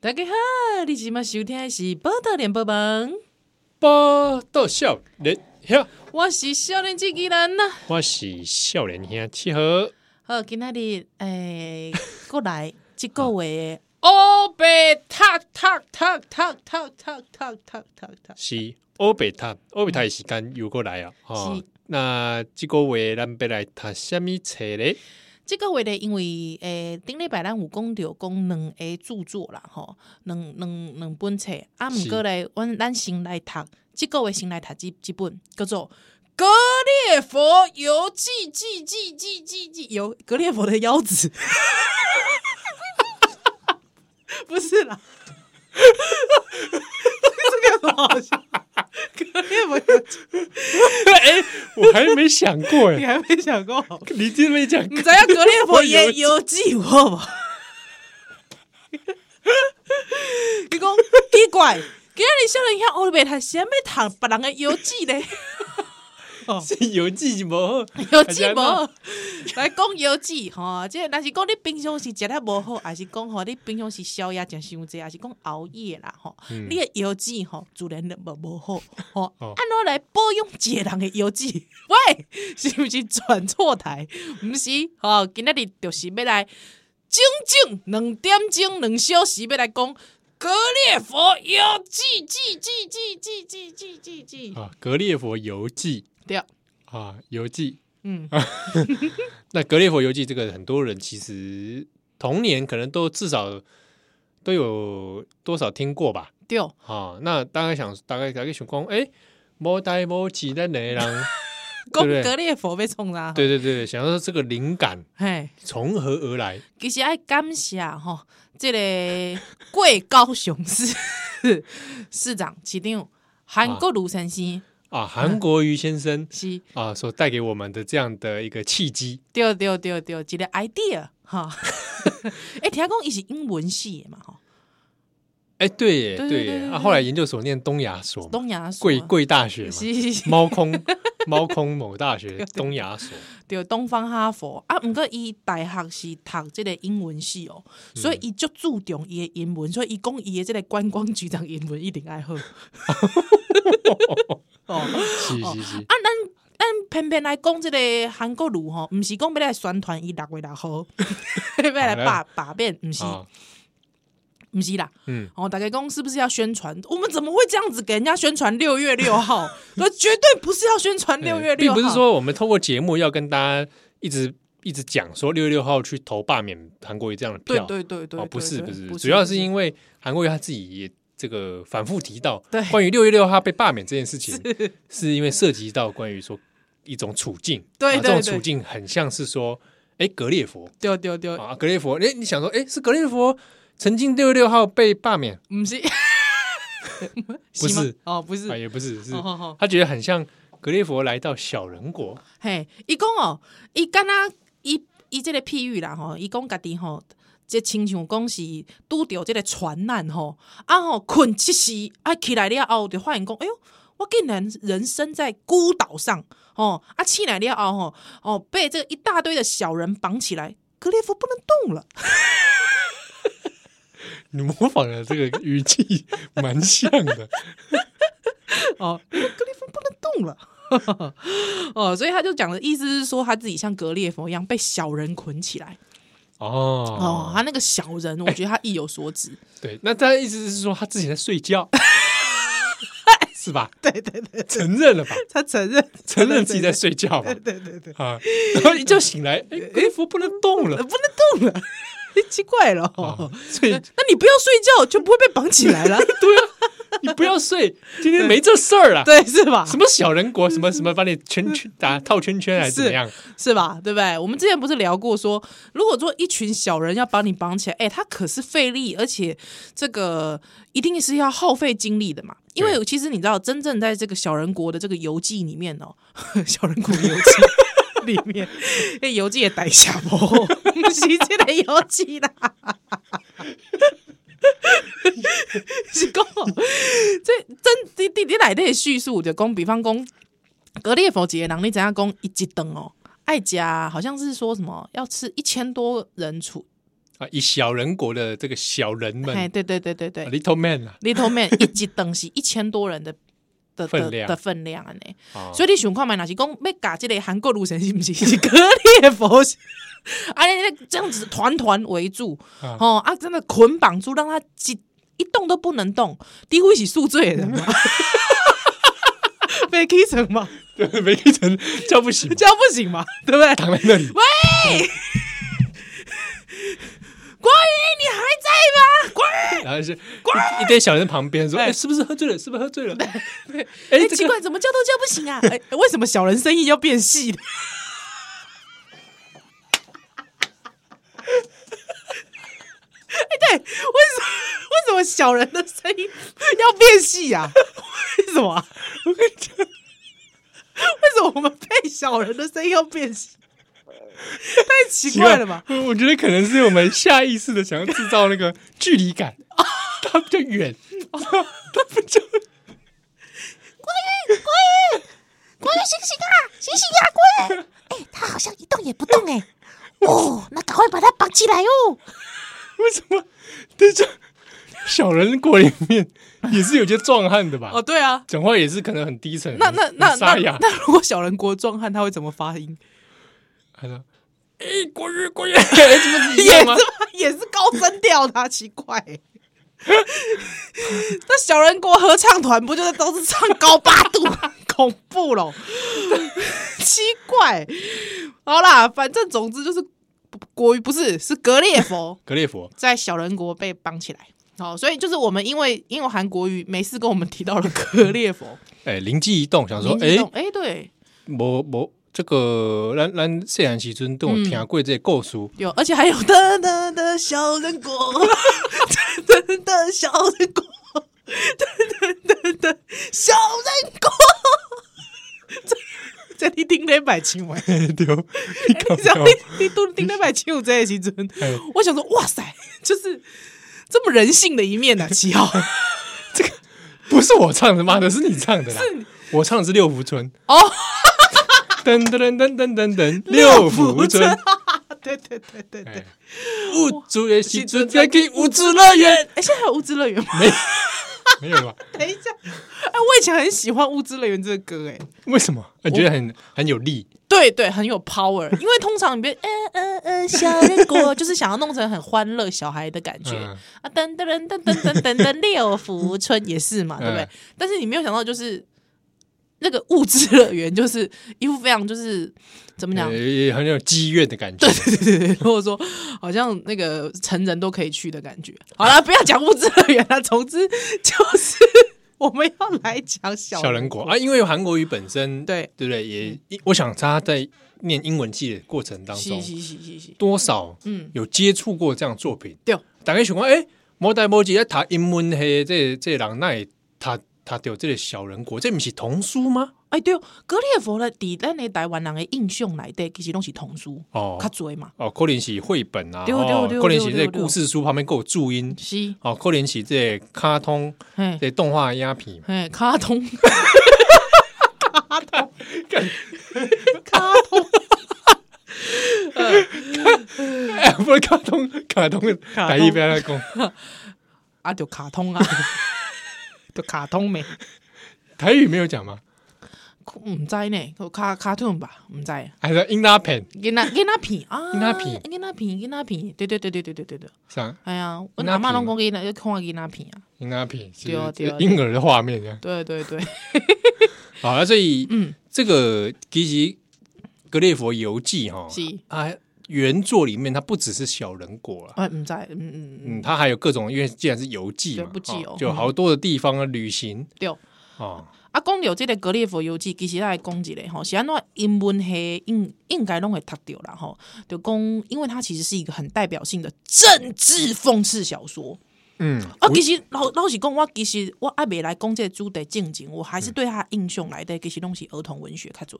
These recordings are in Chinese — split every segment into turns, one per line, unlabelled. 大家好，你即马收听的是《报道联播网》，
报道少年兄，
我是少年机器人呐。
我是少年兄七号。
好，今仔日诶，过来即个月，欧白塔塔塔塔塔塔塔塔塔塔，
是欧贝塔，欧贝塔的时间又过来啊！哦
是，
那这个月咱要来读什么册 咧？
即个月咧，因为诶，顶礼拜咱有讲着讲两个著作啦，吼，两两两本册，啊，毋
是
过咧，阮咱先来读，即个月先来读即即本叫做《格列佛游记》记记记记记游格列佛的腰子， 不是啦，这个有什么好笑？格列佛游记，
哎、我还没想过
你
哎，
还没想过好？
你真没讲
你知影格列佛也
游
游记有好无？ 你讲奇怪，今日少年遐乌白读啥物读别人的游记咧？
是游记无？
游记无？来讲游记 吼，即若是讲你平常时食得无好，还是讲吼你平常时宵夜食伤济，还是讲熬夜啦吼？你的游记吼，自然就无无好 吼。
嗯哦
安怎来保养一个人的游记？ 喂，是毋是转错台？毋是吼，今仔日就是要来整整两点钟两小时要来讲。格列佛游记记记记记记记记记，
啊，格列佛游记
对，
啊，游记。
嗯，
那格列佛游记这个，很多人其实童年可能都至少都有多少听过吧？
对，
啊，那大概想，大概大概想讲，哎、无代无志咱两个 人，
讲
对
格列佛要创啥？
对对对，想要说这个灵感
嘿，
从何而来？
其实爱感谢吼，即、个 贵高雄市 市长、市长韩国卢先生
啊，韩国瑜先生
是，
啊，所带给我们的这样的一个契机，
对对对对，一个 idea 哈。哎、听讲伊是英文系的嘛吼，
哎、对耶，
对对
对
对
耶，
对对
啊，后来研究所念东亚所嘛，
东亚
贵贵大学 嘛，
是是是，
猫空猫空某大学东亚所，
对东方哈佛啊，毋过伊大学是读即个英文系哦，
嗯
所以伊足注重伊的英文，所以伊讲伊的即个观光局长英文一定 爱好。 哦。
是是是，
啊，咱咱偏偏来讲即个韩国瑜吼，毋是讲要来宣传伊六月六号， 要来罢罢免，毋是
啊，
毋是啦。
嗯，
哦，大家讲是不是要宣传？我们怎么会这样子给人家宣传六月六号？ 那绝对不是要宣传 六月
哎
六
并
号，
不是说我们通过节目要跟大家一直一直讲说六月六号去投罢免韩国瑜这样的
对
票，
对对对，
哦，不是
对
不
对
是，
不
主要是因为韩国瑜他自己也这个反复提到
对
关于六月六号被罢免这件事情，是因为涉及到关于说一种处境，
对
啊
对
这
对
种处境很像是说，哎，格列佛
对对对，
啊，格列佛，哎，你想说，哎，是格列佛曾经六月六号被罢免，
不是，
不
吗
是
哦，不是
啊，，也不是，是
哦好好
他觉得很像格列佛来到小人国，
嘿，伊讲哦，伊敢若伊伊即个譬喻啦吼，伊讲家己吼，即亲像讲是拄着即个船难吼，啊吼困七时啊起来了后就发现讲，哎哟，我竟然人生在孤岛上哦，啊起来了后吼，哦被这一大堆的小人绑起来，格列佛不能动了，
你模仿的这个语气蛮像的，
哦，格列佛不能动了。 哦，所以他就讲的意思是说，他自己像格列佛一样被小人捆起来。哦，
哦
他那个小人，我觉得他意有所指。
对，那他的意思是说他自己在 睡觉，是吧？
对对对，
承认 了吧？
他承认
承认自己在睡觉吧？
对对 对，
啊，然后一觉醒 来，哎，格列佛不能动了
不能动了， 奇怪了、
呃啊
哎哦。，
所以
那你不要睡觉，就不会被绑起来 了，
对啊，你不要睡，今天没这事儿了。
对，是吧？
什么小人国，什么什么，把你圈圈打套圈圈还是怎么样？
是吧？对不对？我们之前不是聊过说，如果说一群小人要把你绑起来，哎，他可是费力，而且这个一定是要耗费精力的嘛。因为
对
其实你知道，真正在这个小人国的这个游记里面哦， 小人国游记里面，那游记也逮下不， 不是这个游记啦。 是讲，这真你你你内底的叙述就讲，比方讲格列佛节人，你知影讲伊一顿哦，爱食好像是说什么要吃一千多人出
啊，以小人国的这个小人们
哎，
啊
对对对对对
，Little Man 啊，
，Little Man 一级等是一千多人的的
分
的
量
的分量安尼，
啊
所以你想看嘛，若是讲要搞这个韩国路线是不是？是割裂佛系，啊，那这样子团团围住，
啊
哦啊，真的捆绑住，让他一一动都不能动，诋毁起宿醉的人 嘛，被踢成嘛，
对没一层叫不醒嘛，
这样不行嘛，对不对？
躺在那里，
国宇，你还在吗？国宇。
然后是一一堆小人旁边说：“哎，是不是喝醉了？是不是喝醉了？”
哎、
哎，这
奇
个
怪，怎么叫都叫不醒啊？哎、为什么小人声音要变细的？ 哎、对，为什么为什么小人的声音要变细啊？为什么啊、我跟你讲，为什么我们配小人的声音要变细？太奇怪了吧？
呃我我觉得可能是我们下意识的想要制造那个距离 感，它比较远，它比较
国宇醒醒啊，醒醒啊，国宇！哎、他好像一动也不动哎、哦，那赶快把他绑起来哦！
为什么？对这小人国里面也是有些壮汉的吧？
哦，对啊，
讲话也是可能很低沉，
那那那
很
那
沙哑。
那，如果小人国壮汉他会怎么发音？
他说：“哎，国语国语， 哎怎么 一
也
样
是
吗
吧？也是高声调的啊、奇怪、 欸。那小人国合唱团不就是都是唱高八度， 恐怖咯，奇怪、好啦，反正总之就是国语不是是格列佛
格列佛
在小人国被绑起来。好，所以就是我们因为因为韩国语没事跟我们提到了格列佛，
哎，灵机一动，想说
民进
哎，
党哎对
我我这个咱咱细汉时阵
嗯
都有听过这个 故事，
有，而且还有噔噔的小人国，噔噔的小人国，噔噔噔的小人国。这这你顶礼拜唱诶，
对，哦你搞
哎你
哦
知道你你都顶礼拜唱这个时阵
哎，
我想说，哇塞，就是这么人性的一面呢、啊，七号
不是我唱的，妈的，是你唱的啦！我唱的是六福村
哦，
噔噔噔噔噔噔 噔， 六福村，，
对对对对对
哎，五族的西村再去五族乐园，
哎，现在还有物资乐园
哦
吗？
没有 啊了吧？
等一下，哎，我以前很喜欢物资乐园这个歌，哎，
为什么？我觉得很很有力，
对对，很有 power，因为通常你别嗯嗯嗯小人国，就是想要弄成很欢乐小孩的感觉、
嗯
啊，噔噔噔噔噔噔噔噔，六福村也是嘛，对不对？
嗯
但是你没有想到，就是那个物质乐园，就是一副非常就是怎么讲
呃？也很有积怨的感 觉。
对对对，或者说好像那个成人都可以去的感觉。好了，不要讲物质乐园了，总之就是 我们要来讲小
小人国啊，因为韩国语本身
对
对不对？也我想他在念英文系的过程当
嘻
中，
嘻嘻嘻嘻，
多少
嗯，
有接触过这样的作品。
对，哦
大概想看，诶、无代无志咧读英文嘿，这这人那会读读到这个小人国，这毋是童书吗？
哎对哦，格列佛咧，伫咱的台湾人的印象内底，其实拢是童书，
哦
较侪嘛，
哦，可能是绘本啊，
对对
哦
对
可能是
对
这
对对
故事书旁边给我注音，
是，
哦，可能是这卡通
嘿，
这动画影片嘛，
嘿，卡通，
哎，不是卡通，
卡
卡通，
通
台语不要 来讲，
啊，就卡通 啊，就卡通咩？
台语没有讲吗？
嗯唔知呢，有卡卡通吧，唔知，
还是英拉片
囡仔囡仔片啊，
囡仔片
囡仔片，囡仔片，对对对对对对对对，
啥？
哎呀，我
囡仔
阿妈
片啊
拢讲囡仔，要看囡仔片啊，
英拉片是
对啊对啊对啊
婴儿的画面这样。
对对 对，
好，啊所以
嗯，
这个其实《格列佛游记》哈，
是
啊，原作里面它不只是小人国了。
哎，唔知，嗯嗯嗯，
嗯，它还有各种，因为既然是游记
对
嘛，
不记
哦
哦
就有好多的地方啊，旅行
对。
哦，
啊，讲到即个《格列佛游记》，其实咱来讲一个吼，是安怎英文系应应该拢会读到啦吼，就讲，因为它其实是一个很代表性的政治讽刺小说。
嗯，
啊，
我
其实老老实讲，我其实我阿未来讲这个主题正经，我还是对他印象来的其实拢是儿童文学较侪，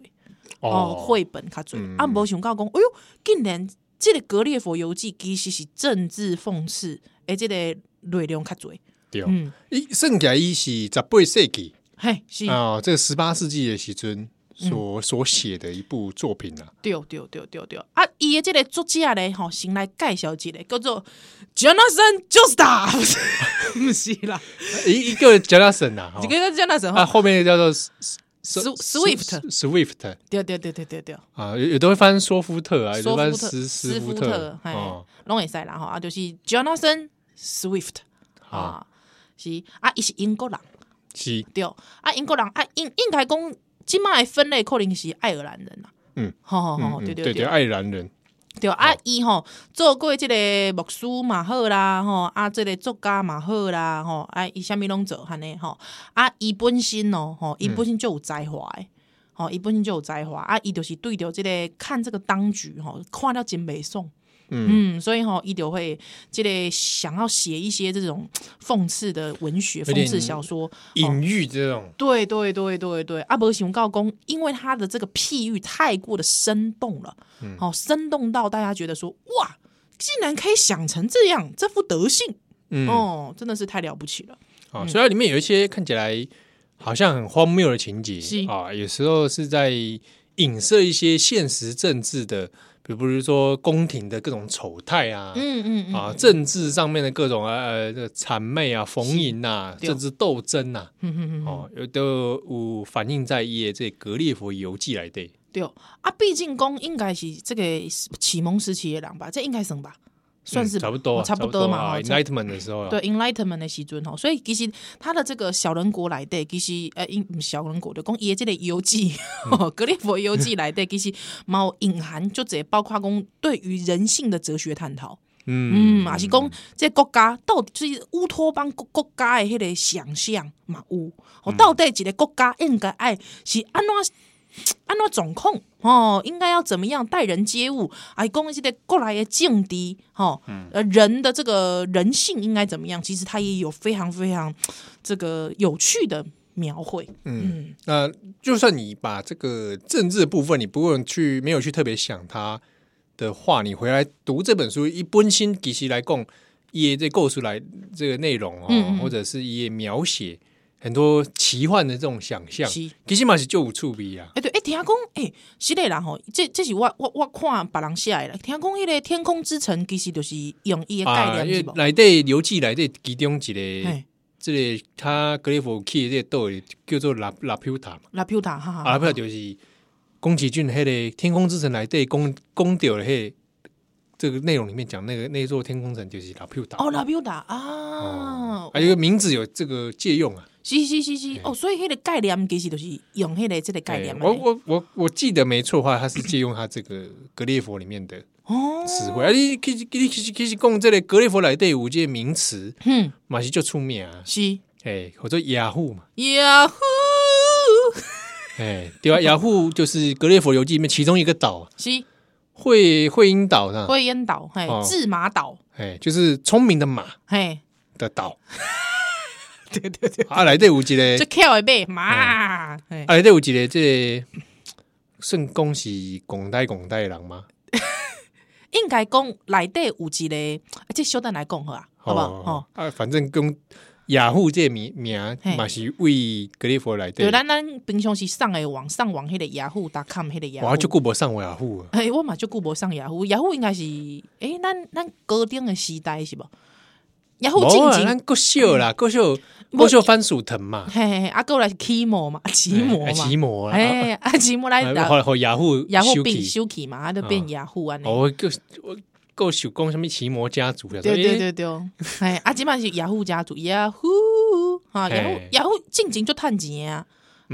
哦，绘本较侪。
嗯
啊，无想到讲，哎哟，竟然即个《格列佛游记》其实是政治讽刺，诶，即个内容较侪。
对，哦
嗯，
伊算起来伊是十八世纪
嘿，是，嗯
啊啊，哦这个十八世纪的时阵，所所写的一部作品啊，
对对对对对，啊，伊的这个作者咧，吼，先来介绍一个叫做 Jonathan j o s t a 不是，不是啦，
一一个 Jonathan 啊，哈
一个叫 Jonathan
啊，
吼，
后面叫做 S-
Sw-
S-
Swift
Swift
对对对对对对，
啊，有有的会翻说夫特啊，有的
索
翻
福特、
斯斯
福
特
嘿
哦，，
拢会使啦吼，啊，就是 Jonathan Swift 啊，是啊，伊是英国人，
是
对，啊，英国人啊，应应该讲即卖分类可能是爱尔兰人啦，
嗯，
吼吼
嗯
吼，哦
嗯
对
对
对对。
爱尔兰人
对啊，伊吼做过即个牧师嘛好啦，吼啊，即、个作家嘛好啦，吼啊，伊啥物拢做安尼吼啊，伊本身哦，吼伊本身就有才华诶。吼，伊本身就有才华啊！伊就是对着即、个看这个当局吼，看了真袂爽，嗯所以吼，伊就会即个想要写一些这种讽刺的文学、
点
讽刺小说，
隐喻这种
对对对对对，啊阿伯熊告公，因为他的这个譬喻太过的生动了，
嗯
好、生动到大家觉得说，哇，竟然可以想成这样，这副德性，
嗯
哦，嗯真的是太了不起了。
啊，所以它里面有一些看起来好像很荒谬的情节
是
啊，有时候是在影射一些现实政治的，比比如说宫廷的各种丑态啊，
嗯嗯
啊，政治上面的各种呃呃这个谄媚啊、逢迎啊、
对
政治斗争啊，
嗯嗯嗯，
哦，有都有反映在伊的这《格列佛游记》来对，
对啊，毕竟公应该是这个启蒙时期的人吧，这应该算吧，算是吧、
嗯差不多啊，
哦差
不
不多嘛，
啊
哦
，Enlightenment 的时候啊，
对 Enlightenment 的时阵吼，所以其实他的这个小人国来底，其实呃，因不是小人国就讲伊的这个游记，吼，格列佛游记来底，其实 嘛有隐含就这包括讲对于人性的哲学探讨，嗯，
嗯
嘛是讲这国家到底是乌托邦国国家的迄个想象嘛有，哦，
嗯
到底一个国家应该爱是安怎？安怎掌控哦，应该要怎么样待人接物？哎，讲一些过来的政治哦，
嗯
呃，人的这个人性应该怎么样？其实它也有非常非常这个有趣的描绘。
嗯，那就算你把这个政治的部分，你不用去没有去特别想它的话，你回来读这本书，一本心其实来供也这构出来这个内容哦，
嗯嗯
或者是也描写很多奇幻的这种想象，
是
其实嘛是就无触笔啊，
哎、对，哎、听讲，哎、是的啦吼，这这是我我我看别人写的啦。听讲迄个《天空之城》其实就是用伊的概
啊，因
念
为
是无？
来对游记来对其中一个
哎，
这个他格列佛去的这个斗叫做拉拉皮塔嘛，
拉皮塔，哈哈，
啊，拉皮塔就是宫崎骏迄个《天空之城》来对宫宫掉的迄、这个内容里面讲那个那座天空城就是拉皮塔
哦，拉皮塔啊，
还有一个名字有这个借用啊。
是是是是，哦，所以迄个概念其实就是用迄个这个概念
哎
嘛。
我我我我记得没错的话，他是借用他这个格列佛里面的
哦，
词汇。啊，你其实其实其实讲这个格列佛来对五这个名词，
哼，
嘛是就出名啊。
是
哎，或者雅虎嘛，
Yahoo，
哎，对啊，雅 虎就是格列佛游记里面其中一个岛，
是
惠惠英岛呢，
惠烟岛，嘿
哦，
志马岛，
哎，就是聪明的马
嘿，
的岛。对对对，啊，来对有一个
这巧的马，马，嘿
啊，这有一个这个算讲是广代广代人吗？
应该讲内底有一个，啊这小等来讲好啊，好不好？哦，
啊，反正跟雅虎这个名名
嘿
嘛是为格列佛来
对，
的，
咱咱平常是上的网，上网迄个 Yahoo.com 迄个
哇，就
Yahoo。
顾不上我雅虎了。
哎，我嘛就顾无上 Yahoo，Yahoo 应该是哎，咱咱高中的时代是无？Yahoo
没
进
啊
前
咱够秀啦，够秀，够秀番薯藤嘛，
嘿嘿，嘿，啊，过来是奇摩嘛，奇摩
哎
嘛，
奇摩啦，
哎，啊，奇摩来
啊，后
打
来和雅虎
雅虎
收
变
起，
休奇嘛，啊，就变雅虎安尼。
哦，我够我够手工什么奇摩家族的，
对
所以
对，对对，哎，啊，即满是雅虎家族，雅虎啊，雅虎
嘿嗯
雅虎进前就趁钱啊，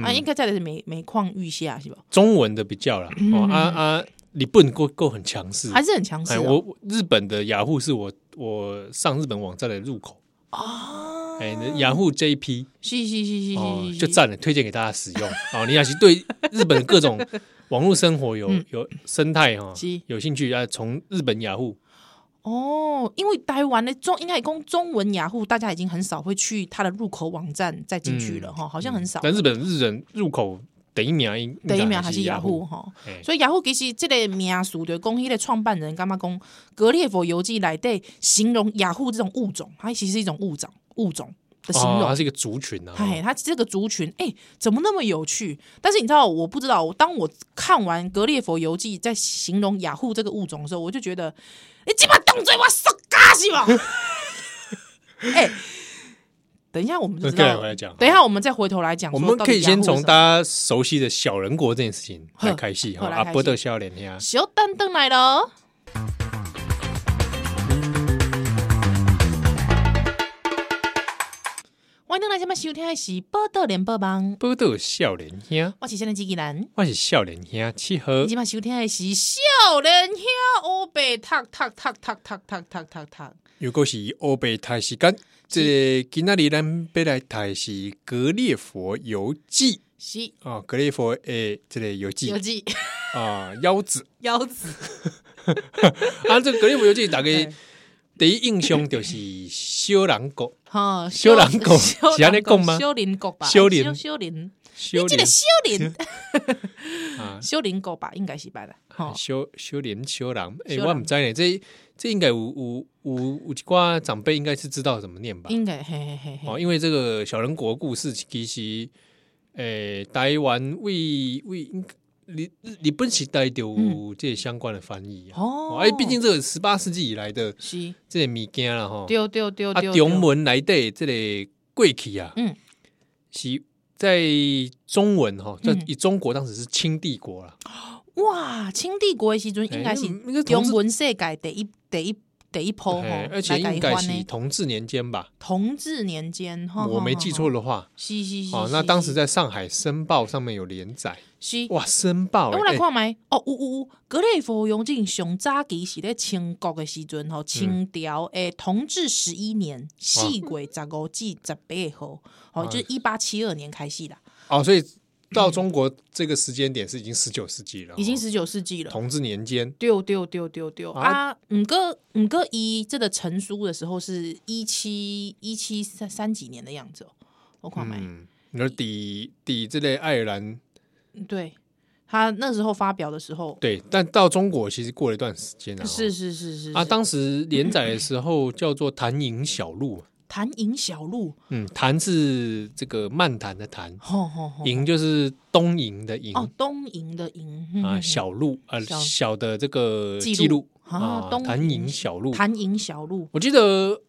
啊，应该在的是煤煤矿遇下是吧？
中文的比较啦，
嗯
哦啊啊，日本够够很强势，
还是很强势
哎，
哦
我我日本的雅虎是我我上日本网站的入口，
啊，
哎，雅虎 JP
是是是是
哦
是，是
就赞了，推荐给大家使用。 哦，你要是对日本各种网络生活有有生态哈
嗯是
有兴趣啊，从日本雅虎
哦，因为台湾的中应该讲中文雅虎，大家已经很少会去它的入口网站再进去了哈，好像很少。
但日本日人入口等一秒应
第一
应
名
该
还是雅
雅哎
虎，哈
嘿，
所以雅虎其实这个名词就是讲迄个创办人干嘛讲《格列佛游记》来底形容雅虎这种物种，它其实是一种物种物种。的形容。
哦它是一个族群啊，
哎，他这个族群，哎、怎么那么有趣？但是你知道，我不知道，当我看完《格列佛游记》在形容雅虎这个物种的时候，我就觉得，你鸡巴动嘴，我杀嘎是吧？ 哎、等一下，我们就
那
知
再
道
回。来讲。
等一下，我们再回头来讲
我
说
们
到底雅虎是什么。
可以先从大家熟悉的小人国这件事情来开戏哈，
呵
啊，
来开
波
始
特笑脸呀，
小蛋蛋来了。欢迎来这边收听的是《报道联播网》，
波特笑脸呀，
我是少年机器人。
我是笑脸呀，七
你
和
即摆收听的是少年兄乌白读读读读读读读读读。
如果是欧北台时间，这个今仔日咱要来台是《格列佛游记
是》
啊，《格列佛》诶，这个游记
有记
啊，腰子
腰子，
啊，这《个格列佛游记》大概
对
第一印象就是小人国，
哈，
小人国是安尼讲吗
小人国吧，
小人
小人，
小
你这个
人
小人，
啊，
小人国吧，应该是吧啦。吼，
小小林小人，诶、
小
我
人
唔知呢，这这应该有有有有一寡长辈应该是知道怎么念吧？
应该嘿嘿嘿嘿，
哦，因为这个小人国故事其实，诶、台湾为为应日日本时代就有这相关的翻译啊。
嗯哦，
哎、毕竟这个十八世纪以来的
是，
这物件啦，吼，
对对对
啊，
对，
中文来的这个过去啊，
嗯，
是在中文哈，在
嗯
以中国当时是清帝国啦，
对哇，清帝国的时阵应该是
哎那个同
中
治
文世界第一第一第一波吼
哎，而且应该是
呢，哦
同治年间吧，
同治年间，吼
我没记，
吼
错
吼
的话。
是是是
哦，
是
那当时
是
在上海《申报》上面有连载，
是
哇，《申报、
欸、
欸
我来
欸
看麦、哦，有有有，格列佛游记上早期是咧清国的时阵吼，
嗯
清朝诶，同治十一年四月十五至十八号，哦，就是一八七二年开始啦，
哦，所以到中国这个时间点是已经十九世纪了哦，
嗯已经十九世纪了。
同治年间
对对对对对
啊
啊！五个五个一，这个成书的时候是一七一七三三几年的样子哦，我看麦、
嗯，你说抵抵这类爱尔兰
对他那时候发表的时候，
嗯对，但到中国其实过了一段时间啊，
是是是是
啊，
是
当时连载的时候叫做《谭营小路》，
弹影小路，
嗯，谭是这个漫谈的谭，
吼吼吼，
营就是东营的营
哦，东营的营嗯
啊，
嗯
小路呃
小
小的这个
记
记
录
录
啊
啊，
东
谭
营
营小路，
谭营小路，
我记得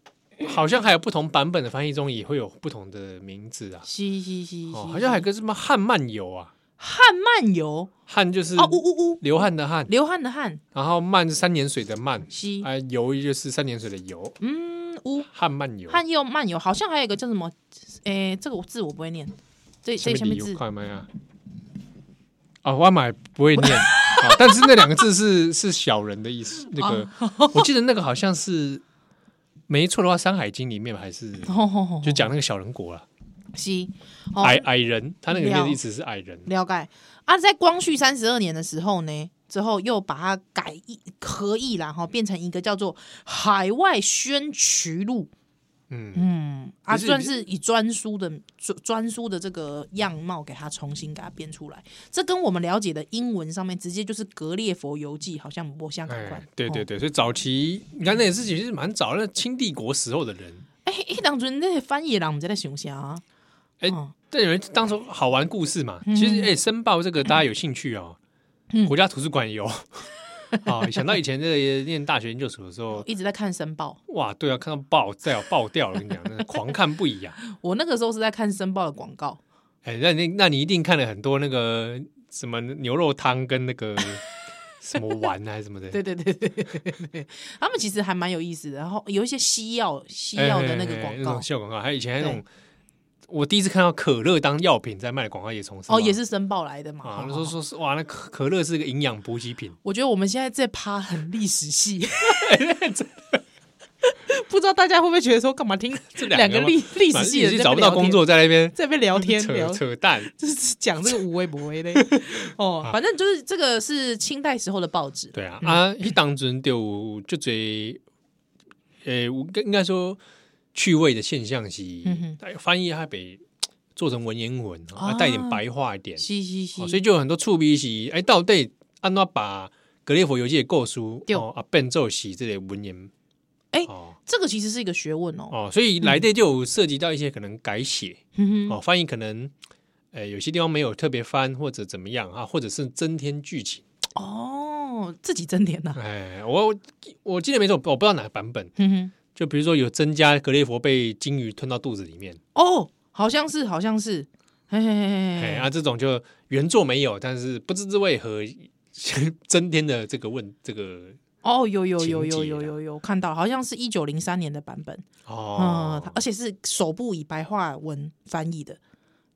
好像还有不同版本的翻译中也会有不同的名字啊，
是是是是，
哦，好像还有个什么汉漫游啊。
汉漫游
汗就是
啊，呜呜呜，
流汗的汗，
流汗的汗，
然后漫是三点水的漫，
是
啊，游就是三点水的游，
嗯呜，
汗漫游。
汉又漫游，好像还有一个叫什么，诶，这个字我不会念，这这下
什
面
么理由
字
快麦啊！啊，我买不 会念啊，但是那两个字是是小人的意思。那个
哦
我记得那个好像是没错的话，《山海经》里面还是
吼吼吼，
就讲那个小人国了，
是哦
矮矮人，他那个里面
了
的意思是矮人。
了解啊，在光绪三十二年的时候呢。之后又把它改译合译啦，哈，变成一个叫做《海外宣渠录》。
嗯，
嗯，啊，
可是
算
你
是以专书的专专书的这个样貌给它重新给它编出来，这跟我们了解的英文上面直接就是《格列佛游记》，好像我相赶快
哎，，对对对，所以早期你看那也是其实蛮早，那清帝国时候的人。
哦，哎、一当中那些翻译人我们在想啥啊？
哎
嗯
但有人当初好玩故事嘛，其实哎，申报这个大家有兴趣哦，
嗯
国家图书馆也有。 啊，想到以前这个念大学研究所的时候，
一直在看《申报
哇，对啊，看到爆掉爆掉了，我跟你讲，那狂看不已啊！》，
我那个时候是在看《申报》的广告，
哎，那你那你一定看了很多那个什么牛肉汤跟那个什么丸啊还是什么的，
对对对对对对对对，他们其实还蛮有意思的，然后有一些西药西
哎，
药的那
哎
个
哎
广
那
告
种，小广告，还有以前还有那种，我第一次看到可乐当药品在卖的广告也从
哦，也
是
是《申报》来的嘛。
啊，
好
那
好
时候
好
说是哇，那可可乐是个营养补 给品，
我觉得我们现在这趴很历史系，不知道大家会不会觉得说干嘛听
这
两
两
个
个
历历史
反正
系
已
的
经
在那边
找不到
聊天
工，作，在那边
在那边聊天
扯
聊，
扯淡。
就是讲这个无微不微的哦，反正就是这个是清代时候的报纸，
对啊，啊，一当中就有就最，呃，我应该说趣味的现象是
嗯，
翻译还被做成文言文，
啊
啊，带一点白话一点，
嘻嘻
哦
嘻，
所以就有很多触笔是，哎，到底安怎把《格列佛游记》的构书
对
哦啊变奏是这类文言
哎，
哦
这个其实是一个学问哦。
哦，所以来的就有涉及到一些可能改写
嗯哼，
哦，翻译可能呃有些地方没有特别翻或者怎么样啊，或者是增添剧情。
哦，自己增点呐。
哎，我我记得没错，我不知道哪个版本，
嗯哼，
就比如说有增加格列佛被鲸鱼吞到肚子里面，
哦，好像是，好像是。嘿嘿嘿
哎
嘿
啊，这种就原作没有，但是不知之为何 增添的这个问这个
哦，有有有
情
有
节
有
啦
有有看到，好像是一九零三年的版本，嗯
哦，，
它而且是首部以白话文翻译的，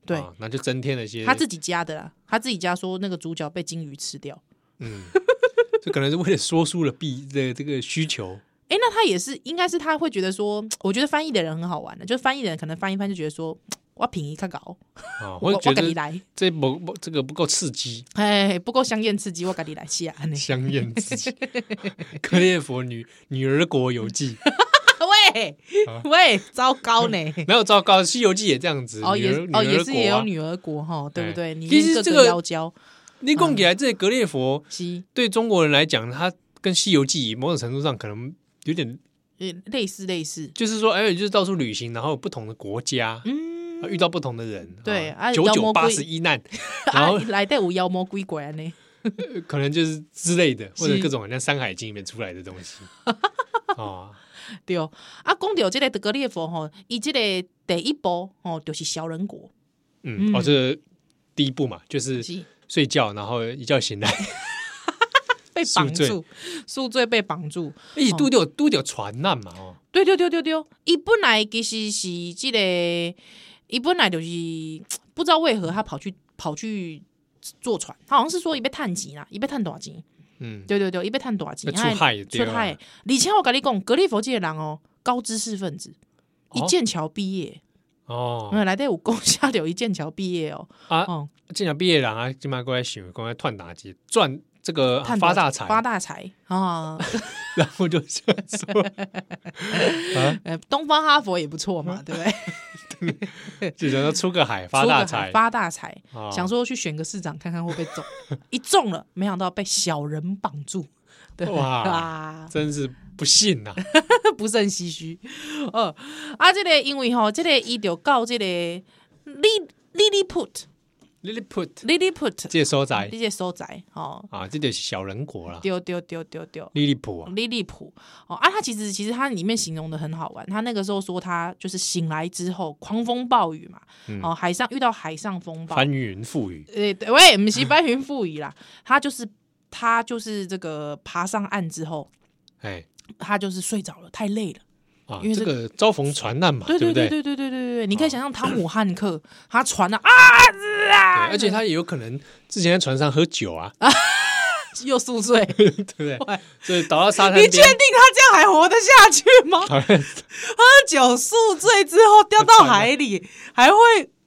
对
哦那就增添了一些
他自己加的啦，他自己加说那个主角被鲸鱼吃掉，
嗯，这可能是为了说出了必的这个需求
诶，那他也是，应该是他会觉得说，我觉得翻译的人很好玩的，就是翻译的人可能翻一翻就觉得说，我要品一看搞，
啊，
我
或者
我
觉
跟你
得
来，
这不不这个不够刺激，。
哎，不够香艳刺激，我跟你来西安呢
香艳刺 激，《格列佛女女儿国游记》
喂
啊
喂，糟糕呢！
没有糟糕，《西游记》也这样子，
哦，
女
也
儿
是哦，
女儿
也是
国
也有
啊
女儿国哈，对不对？
哎
你
其实
各
这
个
个
妖娇
你供起来，这格列佛
鸡，
对中国人来讲，它跟《西游记》某种程度上可能有点，
呃，类似类似，
就是说，哎，就是到处旅行，然后不同的国家。
嗯
啊，遇到不同的人，
对啊
九
妖
九
魔
八
鬼
十一难， 然
啊
后，
来带有妖魔鬼怪呢，
呃可能就是之类的，或者
是
各种好像《山海经》里面出来的东西 哦，
对哦。啊，讲到这个格列佛吼，伊这个第一部吼就是小人国，
嗯，哦，
嗯
这第一步嘛，就是
是
睡觉，然后一觉 醒来，
被绑
宿醉
住，宿醉被绑住。
一起拄着拄着船难嘛，哦，
对对对对对，伊本来其实是这个，伊本来就是不知道为何他跑去跑去坐船，他好像是说伊被探钱啦，伊被探大钱。
嗯，
对对对，伊被探大钱，哎
被出海就对
出
了
海。而且我跟你讲，格列佛这个人哦，高知识分子，
哦
一剑桥毕业，
哦，
嗯，来底有讲下流一剑桥毕业哦，
啊
哦，
正常毕业人啊，今嘛过来想，过来赚大钱，赚这个啊
探
发大财，
发大财啊！
然后就这样说，
呃，东方哈佛也不错 嘛，对不对？
就想要出个海发
出个
大
海
财，
发大财。
哦
想说去选个市长看看会不会中， 一中了，没想到被小人绑住，对
哇
哇，
真是不信啊呐，
不胜唏嘘。呃，啊，这个因为吼，这个伊就告这个 Li Lilliput
Lilliput
Lilliput
这所在
这些所在，吼，
啊，这就是小人国啦，
丢丢丢丢丢。
利利普啊，
利利普哦啊，他其实其实他里面形容的很好玩。他那个时候说他就是醒来之后狂风暴雨嘛，
嗯
哦海上遇到海上风暴，
翻云覆雨，
诶，对喂，不是翻云覆雨啦，他就是他就是这个爬上岸之后，
哎
他就是睡着了，太累了。
啊，
因为
这
这
个遭逢船难嘛，
对
不
对对
对？对哦
对对对对对，你可以想象汤姆汉克他传了啊，
而且他也有可能之前在船上喝酒啊，
又宿醉，
对不对？所以倒到沙滩
你
边
确定他这，样还活得下去吗？
好像
喝酒宿醉之后掉到海 里，还会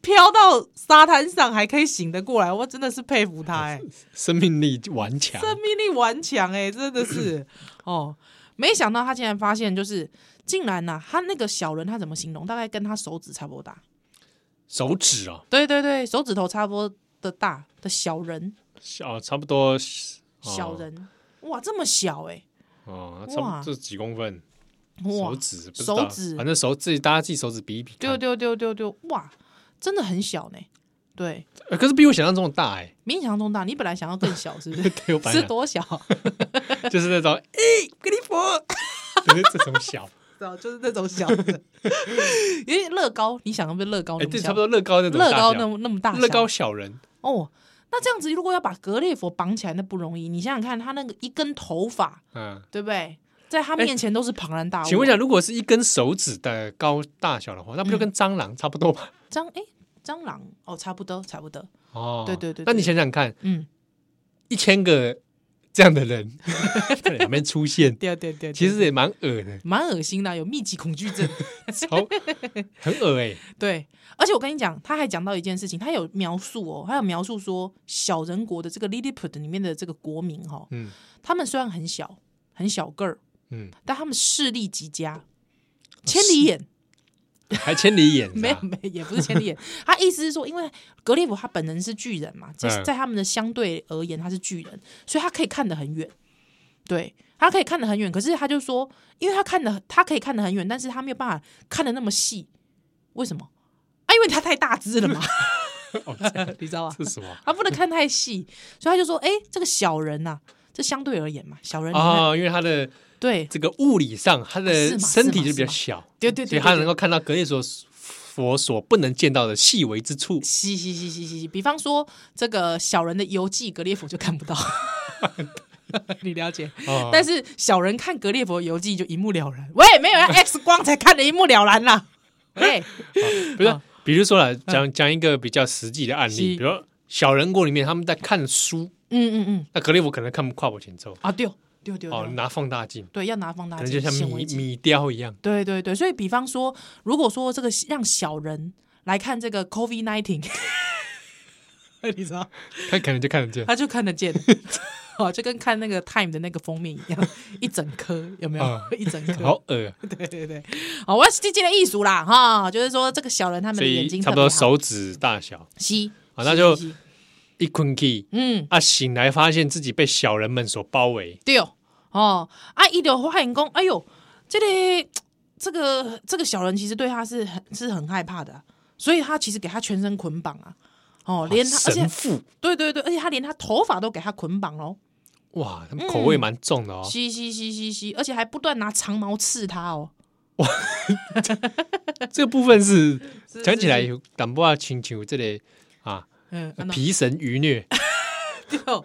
飘到沙滩上，还可以醒得过来，我真的是啊佩服 他哎、
生命力顽强，
生命力顽强哎，真的 是哦，没想到他竟然发现，就是竟然呐、啊他那个小人他怎么形容？大概跟他手指差不多大，
手指啊，
对对对，手指头差不多的大的小人，
小差不多啊
小人，哇，这么小哎、
哦，差不多
哇
这几公分，
哇
手，指不知道
手指
反正手自己大家自己手指比一比看，
丢丢丢丢丢，哇，真的很小呢、对，
呃可是比我想象中的大 哎，？
比你想象中大，你本来想要更小是不 是
对我本来
是
想
多小？
就是那种哎，格里佛，就是这种 小，
对啊，就是那种小的， 因为乐高，你想要不是乐高
哎，
那么
对，
小？
差不多乐高那种大
乐高
小
那么那么大小，
乐高小人，
哦，那这样子如果要把格列佛绑起来，那不容易。你想想看，他那个一根头发，
嗯。
对不对？在他
哎
面前都是庞然大物。
请问一下，如果是一根手指的高大小的话，那不就
嗯
跟蟑螂差不多吗？
蟑哎、蟑螂哦，差不多，差不多。
哦，
对对对对
那你想想看，
嗯，
一千个这样的人 在两边出现，
对对对，
其实也蛮恶的，
蛮恶心的，有密集恐惧 症。
超很恶哎、
对，而且我跟你讲，他还讲到一件事情，他有描述哦，他有描述说小人国的这个 Lilliput 里面的这个国民哦，
嗯
他们虽然很小很小个儿，
嗯，
但他们视力极佳，
哦
千里眼。
还千里眼是吧，
没有没有也不是千 里眼，他意思是说，因为格列佛他本人是巨人嘛，这
嗯
是在他们的相对而言他是巨人，所以他可以看得很远。对他可以看得很远，可是他就说，因为他看的他可以看得很远，但是他没有办法看得那么细，为什么？啊，因为他太大只 了嘛， 你知道吧？
是什么
他不能看太细，所以他就说，哎、这个小人呐、这相对而言嘛，小人你看、
啊？因为他的
对
这个物理上，他
哦是
的
嘛
身体
是嘛
就比较
是嘛
小，
对对
所
对
以
对
他
对
能够看到格列所佛所不能见到的细微之处。
是是是是是是，比方说这个小人的游记，格列佛就看不到， 你了解？
哦
但是小人看格列佛游记就一目了然，喂，没有要 X 光才看得一目了然啦。喂，
不是
啊，嗯
哦比如说啦，讲讲一个比较实际的案
是
例，比如说小人国里面他们在看书，
嗯嗯嗯，
那格列佛可能看不跨步前奏，
啊，对哦对哦对哦
哦，
对哦，
拿放大镜，
对，要拿放大
可能
镜，
就像
显
米
微镜
米雕一样，
对对对，所以比方说，如果说这个让小人来看这个 COVID nineteen，你知道，
他可能就看得见。
他就看得见，哦，就跟看那个 Time 的那个封面一样，一整颗有没有？
啊
一整颗。
好恶啊，
对对对，好，哦我要去进的艺术啦，哈，就是说这个小人他们
所
的眼
以
睛
差不
特别
多
好
手指大小
吸，
啊，那就
吸吸吸
一困起
嗯
啊，醒来发现自己被小人们所包围，
对哦，哦啊，伊就发现讲，哎呦，这个这个这个小人其实对他是很是很害怕的啊、所以他其实给他全身捆绑啊，哦，连他而且
神父
对对对，而且他连他头发都给他捆绑喽，
哇，他们口
嗯
味蛮重的哦，
吸吸吸吸吸，而且还不断拿长矛刺他哦，
这个部分是
是
讲起来
是
有淡薄啊，亲像这个啊，
嗯，安 怎
皮神愚虐，
对哦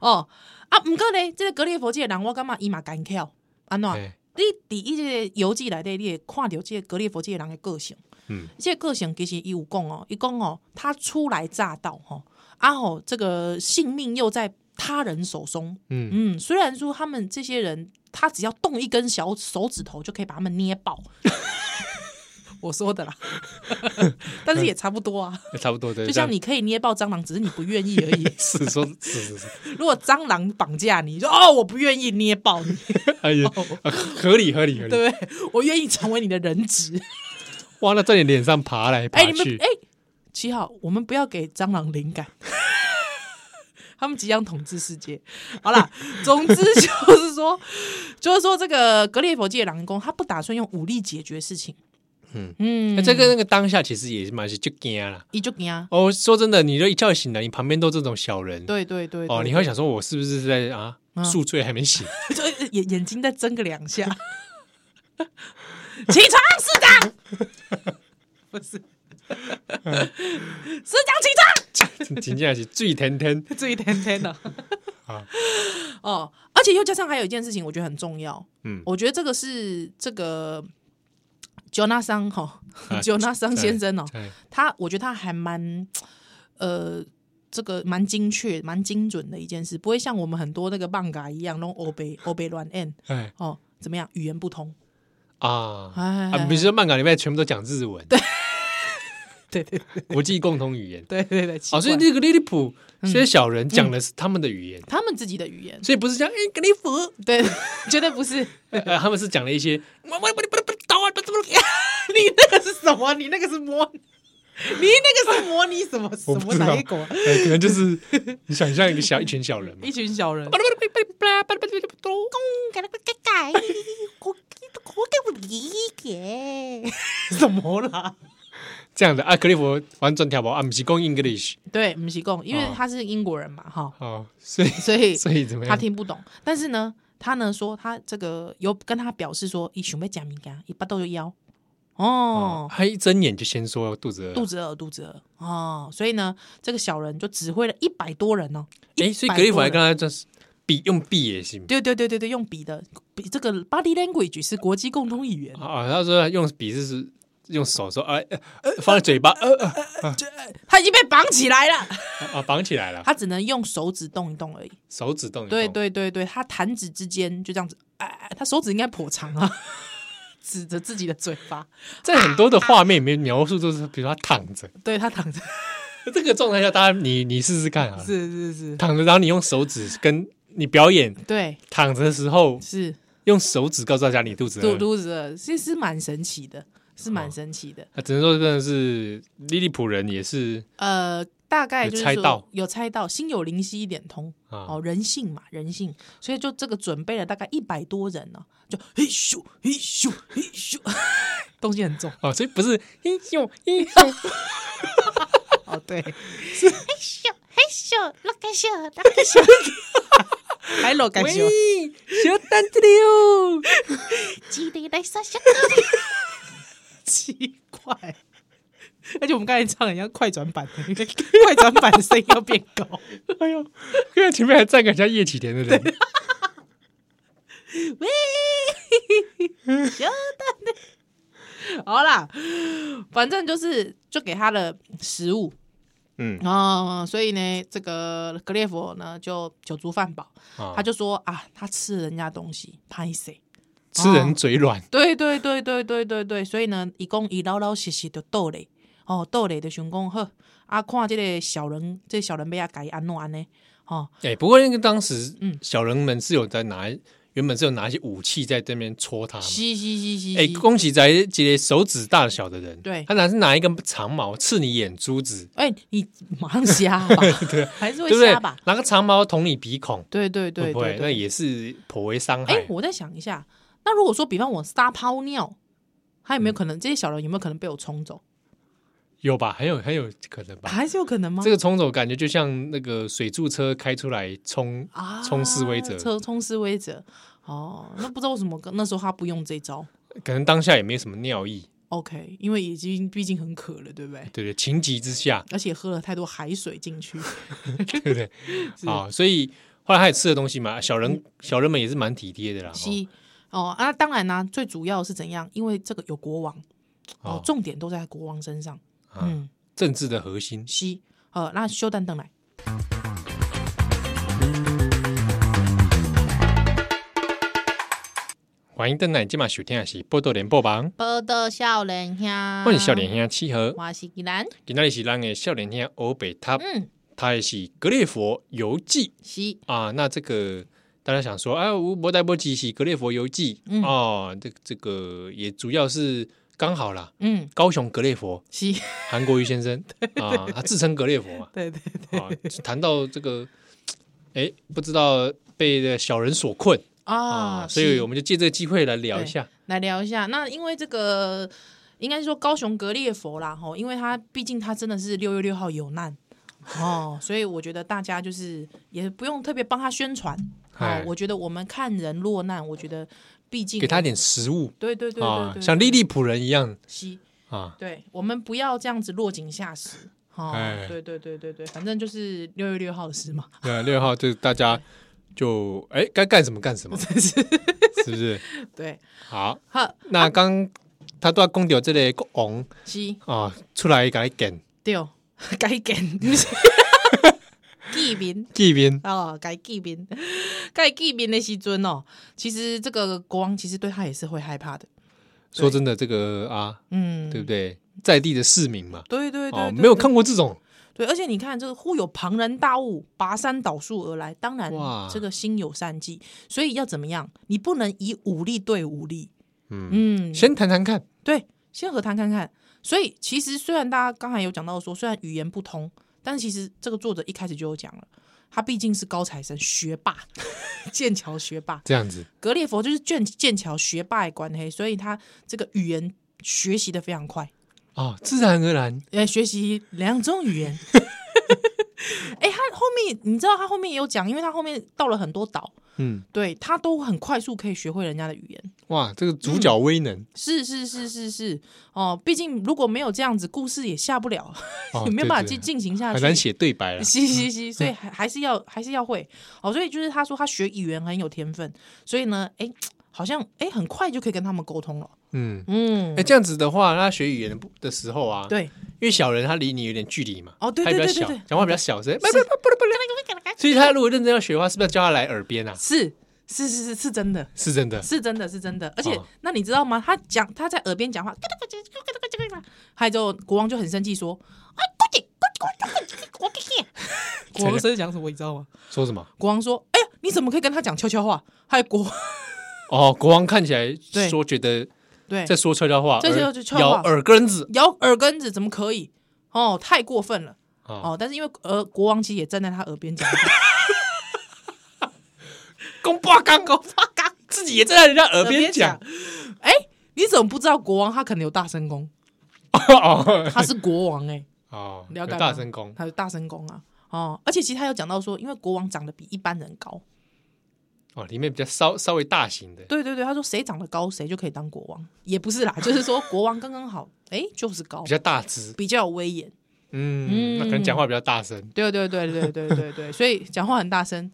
哦啊，毋过呢，这个格列佛这个人，我感觉伊嘛干巧，安怎？
哎
你伫伊这个游记内底，你会看到这个格列佛这个人的个性。
嗯，
这个个性其实伊有讲哦，伊讲哦，他初来乍到吼，啊吼，这个性命又在他人手中。
嗯
嗯，虽然说他们这些人，他只要动一根小手指头就可以把他们捏爆。 我说的啦， 但是也差不多 啊，
差不多对，
就
这样
像你可以捏爆蟑螂，只是你不愿意而 已。
是说，是是 是，
如果蟑螂绑架你，说哦，我不愿意捏爆你，
哎呀，啊合理合理合理，
对不对？我愿意成为你的人质。
哇，那在你脸上爬来爬
哎，你们
去
哎，，七号，我们不要给蟑螂灵感， 他们即将统治世界。好 啦，总之就是说，就是说这个格列佛界狼宫，他不打算用武力解决事情。
嗯
嗯
那这个那个当下其实也是蛮是就惊啊啦。
你就给他，
哦，说真的，你就一觉醒来，你旁边都这种小人，
对对对，
哦，
对
你会想说，我是不是在啊
嗯
宿醉还没 醒？
就眼眼睛再睁个两下， 起床，市长， 不是，
嗯
市长起床。
紧接着是醉腾腾，
注意天天的
啊。
哦，而且又加上还有一件事情，我觉得很重要。
嗯
我觉得这个是这个 Jonathan 哈、
啊
Jonathan 先生哦，
哎
他我觉得他还蛮呃。这个蛮精确、蛮精准的一件事，不会像我们很多那个棒嘎一样，弄欧北欧北乱 n
哎
哦，怎么样？语言不通，
啊
哎
啊！比如说漫改里面全部都讲日文，
对对
国际共同语言。
对对对，
哦，所以
奇怪嗯
那个利利普这些小人讲的是他们的语言，
他们自己的语言，
所以不是讲哎格利普，
对， 绝对不是
呃，他们是讲了 一些我我不不不打我不不
你那个是 什么？你那个是模，你那个是模拟什么什
我不
么
知道
哪一国？
哎，可能就是你想象一个小一群小人嘛
一，群小人，
改了个改改，我我给我理解。
什么啦？
这样的啊，格利佛完全跳包啊，不是讲 English
对，不是共，因为
哦
他是英国人嘛，哈、
哦，所以
所以
所以怎么
他
样？
听不懂。但是呢，他呢说他这个有跟他表示说，一想要加米干，一巴豆就腰
哦
哦，，
他一睁眼就先说肚子饿，
肚子饿，肚子饿哦。所以呢，这个小人就指挥了一百多人哦。
哎，所以
100
格利佛还
多人
跟他就是比用比也行
对对对对对，用笔的，笔这个 body language 是国际共通语言。
啊，他说用比是是用手说哎呃呃放 在嘴巴呃呃
他已经被绑起来了，
啊啊绑起来了，
他只能用手指动一动而已。
手指动一动，
对对对对，他弹指之间就这样子，哎、哎，他手指应该颇长啊， 指着自己的嘴巴，
在很多的画面里面描述都是，比如他躺着
对他躺着，
这个状态下，大家你你试试看啊，
是是是，
躺着，然后你用手指跟你表演
对，
躺着的时候，
是
用手指告诉大家你肚子
肚
饿。
肚子饿，其实是蛮神
哦
奇的，是蛮神奇的。
啊，只能说真的是利利普人也是
呃，大概
有
就是
猜
说
到
有猜到，心有灵犀一点通
啊
哦，人性嘛，人性，所以就这个准备了大概一百多人呢、就嘿咻嘿咻嘿咻， 东西很重
哦，所以不是英雄 英雄，
哦，对，
嘿咻嘿咻，那个咻那个咻，
还老感哦
喂
谢，，
小蛋子里哦，
叽里来说咻，
奇怪。而且我们刚才唱得很像快转版， 快转版的声音要变高。
哎呦，看到前面还站个人家叶启田的人，
好啦，反正就是就给他了食物，
嗯
啊、所以呢，这个格列佛呢就酒足饭饱，
啊
他就说啊，他吃了人家东西，拍谁？
吃
哦
人嘴软，
对对对对对对对，所以呢，伊讲伊老老实实就倒嘞，哦，倒嘞就想讲好，啊，看这个小人，这个小人被他改安怎安呢？哦，
哎、不过那个当时，
嗯
小人们是有在拿，原本是有拿一些武器在这边戳他嘛。
嘻嘻嘻嘻，
哎、
是
宫崎宅一个手指大小的人，
对
他拿是拿一根长矛刺你眼珠子，
哎、你马上瞎 吧，还是会
对不对
瞎吧？？
拿个长矛捅你鼻孔，
对对对
会不
对
会？那
对。
也是颇为伤害。
哎、我再想一下，那如果说，比方我撒泡尿，他有没有
嗯
可能、这些小人有没有可能被我冲走？
有吧？很有很有可能吧？
还是有可能吗？
这个冲走感觉就像那个水柱车开出来 冲
啊，
冲示威者
冲冲示威者。哦，那不知道为什么那时候他不用这招。
可能当下也没什么尿意，
OK，因为已经毕竟很渴了，对不对？
对不对？情急之下，
而且喝了太多海水进去，
哦对不对？啊，所以后来他也吃了东西嘛，小
嗯
人小人们也是蛮体贴的啦。哦
西哦啊，当然啦、最主要是怎样？因为这个有国王哦
哦，
重点都在国王身上。
啊
嗯，
政治的核心
西呃，那修蛋等来。
欢迎邓奶今晚收听的是《波多连播榜》，
报道少年兄，
啊
我是少年兄七和，
我是吉兰，
今天是咱的少年兄欧北塔，
嗯，
他也是格列佛游记
西
啊。那这个大家想说，哎，无博代波记是格列佛游记
嗯
哦，这这个也主要是刚好啦，
嗯
高雄格列佛
西，
韩国瑜先生 啊，他自称格列佛嘛。
对对对
啊，谈到这个，哎，不知道被这小人所困啊，
啊，
所以
是
我们就借这个机会来聊一
对
下。
来聊一下。那因为这个应该是说高雄格列佛啦，吼，因为他毕竟他真的是六月六号有难哦，所以我觉得大家就是也不用特别帮他宣传
哎
哦。我觉得我们看人落难，我觉得毕竟
给他点食物
对对对对
啊
对，，
像
对
莉莉仆人一样
西，
啊，
对我们不要这样子落井下石。哦
哎，
对对对对对，反正就是六月六号的事嘛，
对， 六号就是大家就哎该干什么干什么，
真 是
是不是？
对。
好，
呵，
那刚他都要攻掉这类国王
西
啊，出来给他点
对，哦 该见 记名
这边
哦，该见面，该见面的时阵哦，其实这个国王其实对他也是会害怕的，
说真的，这个啊，
嗯，
对不对？在地的市民嘛，
对对对
哦，
对
没有看过这种
对，而且你看，这个忽有庞然大物拔山倒树而来，当然
哇
这个心有善计，所以要怎么样？你不能以武力对武力，嗯
先谈谈看，
对，先和谈看看。所以其实虽然大家刚才有讲到说，虽然语言不通，但其实这个作者一开始就有讲了，他毕竟是高材生、学霸、 剑桥学霸，
这样子
格列佛就是剑剑桥学霸的关系，所以他这个语言学习的非常快，
哦，自然而然
呃，学习两种语言。 哎、他后面你知道他后面也有讲，因为他后面到了很多岛，
嗯，
对他都很快速可以学会人家的语言。
哇，这个主角威能、
是是是是是，哦，毕竟如果没有这样子，故事也下不了，
哦
也没有办法
对
进
对
进行下去，
很难写嗯 对白了。
嘻嘻嘻，所以还还是要还是要会哦。所以就是他说他学语言很有天分，所以呢，哎、好像哎、很快就可以跟他们沟通了。
嗯，
嗯
哎、，这样子的话，那他学语言的的时候啊，，
对，
因为小人他离你有点距离嘛，
哦对
他也比
对对对
较小
对，
讲话比较小声，不不不不不，所以他如果认真要学的话，是不是要叫他来耳边啊？
是是是是是真的，
是真的，
是真的是真的。而且、
哦
那你知道吗？他讲他在耳边讲话，还有之后国王就很生气 说
我的天，：“
国王生气讲什么？你知道吗
说什么？？”
国王说：“哎呀，你怎么可以跟他讲悄悄话？”还有国
哦，国王看起来说觉得
对
在说悄悄话，
这
而
就是悄悄
咬
话
耳根子
咬耳根子怎么可以？哦，太过分了。
啊，
哦，但是因为呃，国王其实也站在他耳边讲话，
公八刚公八刚，自己也站在人家 耳边讲，
哎、你怎么不知道国王他可能有大声公？
哦
他是国王哎、
哦，
了解吗
大声公
他是大声公啊。哦，而且其实他有讲到说，因为国王长得比一般人高，
哦，里面比较稍稍微大型的，
对对对，他说谁长得高谁就可以当国王，也不是啦，就是说国王刚刚好，哎、就是高
比，较大只，
比较有威严。
嗯，那可能讲话比较大声，
对对对对对对对，所以讲话很大声，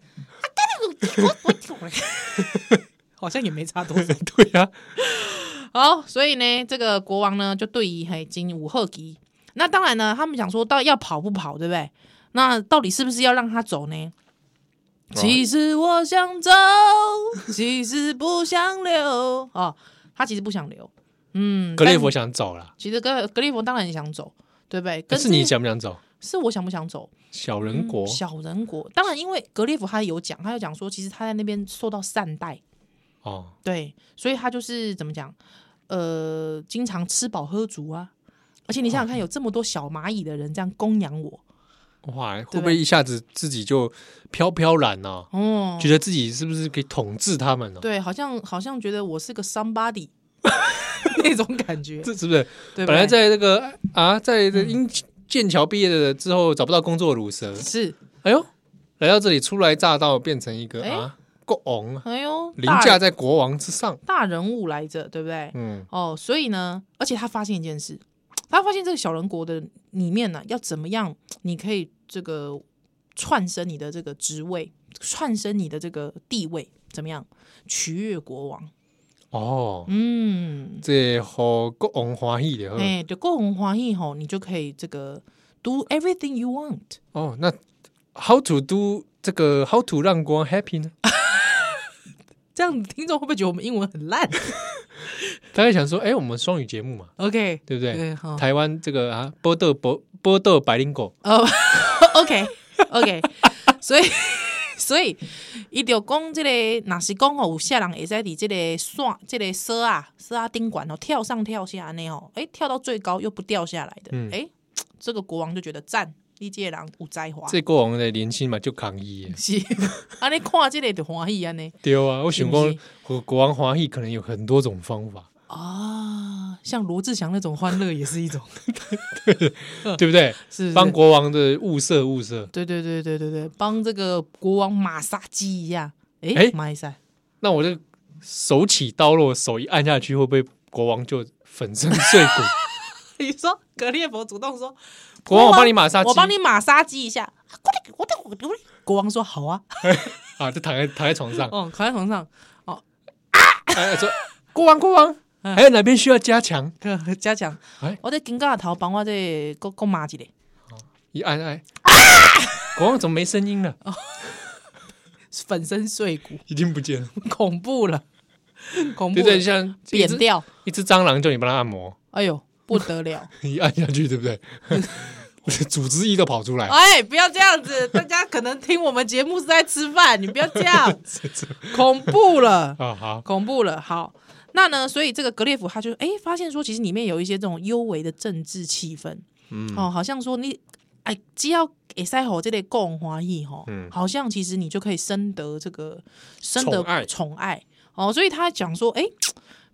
好像也没差多少。
对啊呀，
好，所以呢，这个国王呢就对于嘿金武赫吉，那当然呢，他们想说到底要跑不跑，对不对？那到底是不是要让他走呢？其实我想走，其实不想留啊、哦，他其实不想留。嗯，
格列
但
佛想走了，
其实格格列佛当然也想走，对不对？
可
可
是你想不想走？
是我想不想走？
小人国
嗯小人国，当然因为格列佛他有讲，他有讲说，其实他在那边受到善待，
哦，
对，所以他就是怎么讲，呃，经常吃饱喝足啊。而且你想想看，有这么多小蚂蚁的人这样供养我，
哇，会不会一下子自己就飘飘然呢？
哦，
觉得自己是不是可以统治他们呢？啊
对，好像好像觉得我是个 somebody 那种感觉，
这是不是
对不对？嗯
本来在这个啊，在这英剑桥毕业的之后找不到工作的乳蛇，
是，
哎呦，来到这里初来乍到，变成一个
哎
啊国王啊，
哎呦，
凌
大
驾在国王之上。
大人物来着，对不对？
嗯，
哦，所以呢，而且他发现一件事，他发现这个小人国的里面呢、要怎么样，你可以这个串升你的这个职位，串升你的这个地位，怎么样取悦国王？
哦，
嗯，
这好国王欢喜的。
哎、就够红欢喜吼，你就可以这个 do everything you want。
哦，那 how to do 这个 how to 让国王 happy 呢？
这样听众会不会觉得我们英文很烂
大概想说，哎，我们双语节目嘛，
？OK，
对不对？
对，好，
台湾这个啊，波豆波波豆白灵狗，
哦，OK OK，所以 所以伊就讲即、个，若是讲吼，有些人会使伫即个线、即、个绳啊、绳啊顶管哦，跳上跳下安尼吼，诶、跳到最高又不掉下来的，诶、
嗯
这个国王就觉得赞，你即个人有才华，
这国王的年轻嘛就抗议耶。
是安尼看即个就欢喜安 尼
对啊，我
是
想讲
不是，
和国王欢喜可能有很多种方法，
啊，像罗志祥那种欢乐也是一种，
对不对？
嗯是不是
帮国王的物色物色。
对对对对对对，帮这个国王马杀鸡一下，诶、
诶
马一下。
那我就手起刀落，手一按下去，会不会国王就粉身碎 骨？
你说格列佛主动说，
国王我帮你马杀鸡
我帮你马杀鸡一下。啊过来，我的我的我的国王说好啊，
啊，就躺在躺在床上，
哦，躺在床上，哦，
哎，说国王国王，
嗯
还有哪边需要加强？
呵呵加强
哎，
我在金刚头帮我这个个马一个
一按哎，
啊
国王怎么没声音
哦
了？
粉身碎骨，
已经不见了。
恐怖了，恐怖
对
了，
对，像一
嗯扁
只
掉，
一只蟑螂叫你帮它按摩，
哎呦不得了，
一按下去，对不对？组织一都跑出来，
哎，不要这样子，大家可能听我们节目是在吃饭，你不要这 样，恐怖了。
啊好，
恐怖了。好，那呢，所以这个格列佛他就哎发现说，其实里面有一些这种幽微的政治气氛，
嗯
哦，好像说你哎只要给塞吼这类共欢喜吼，
嗯
好像其实你就可以深得这个深得
宠爱
宠爱哦，所以他讲说，哎，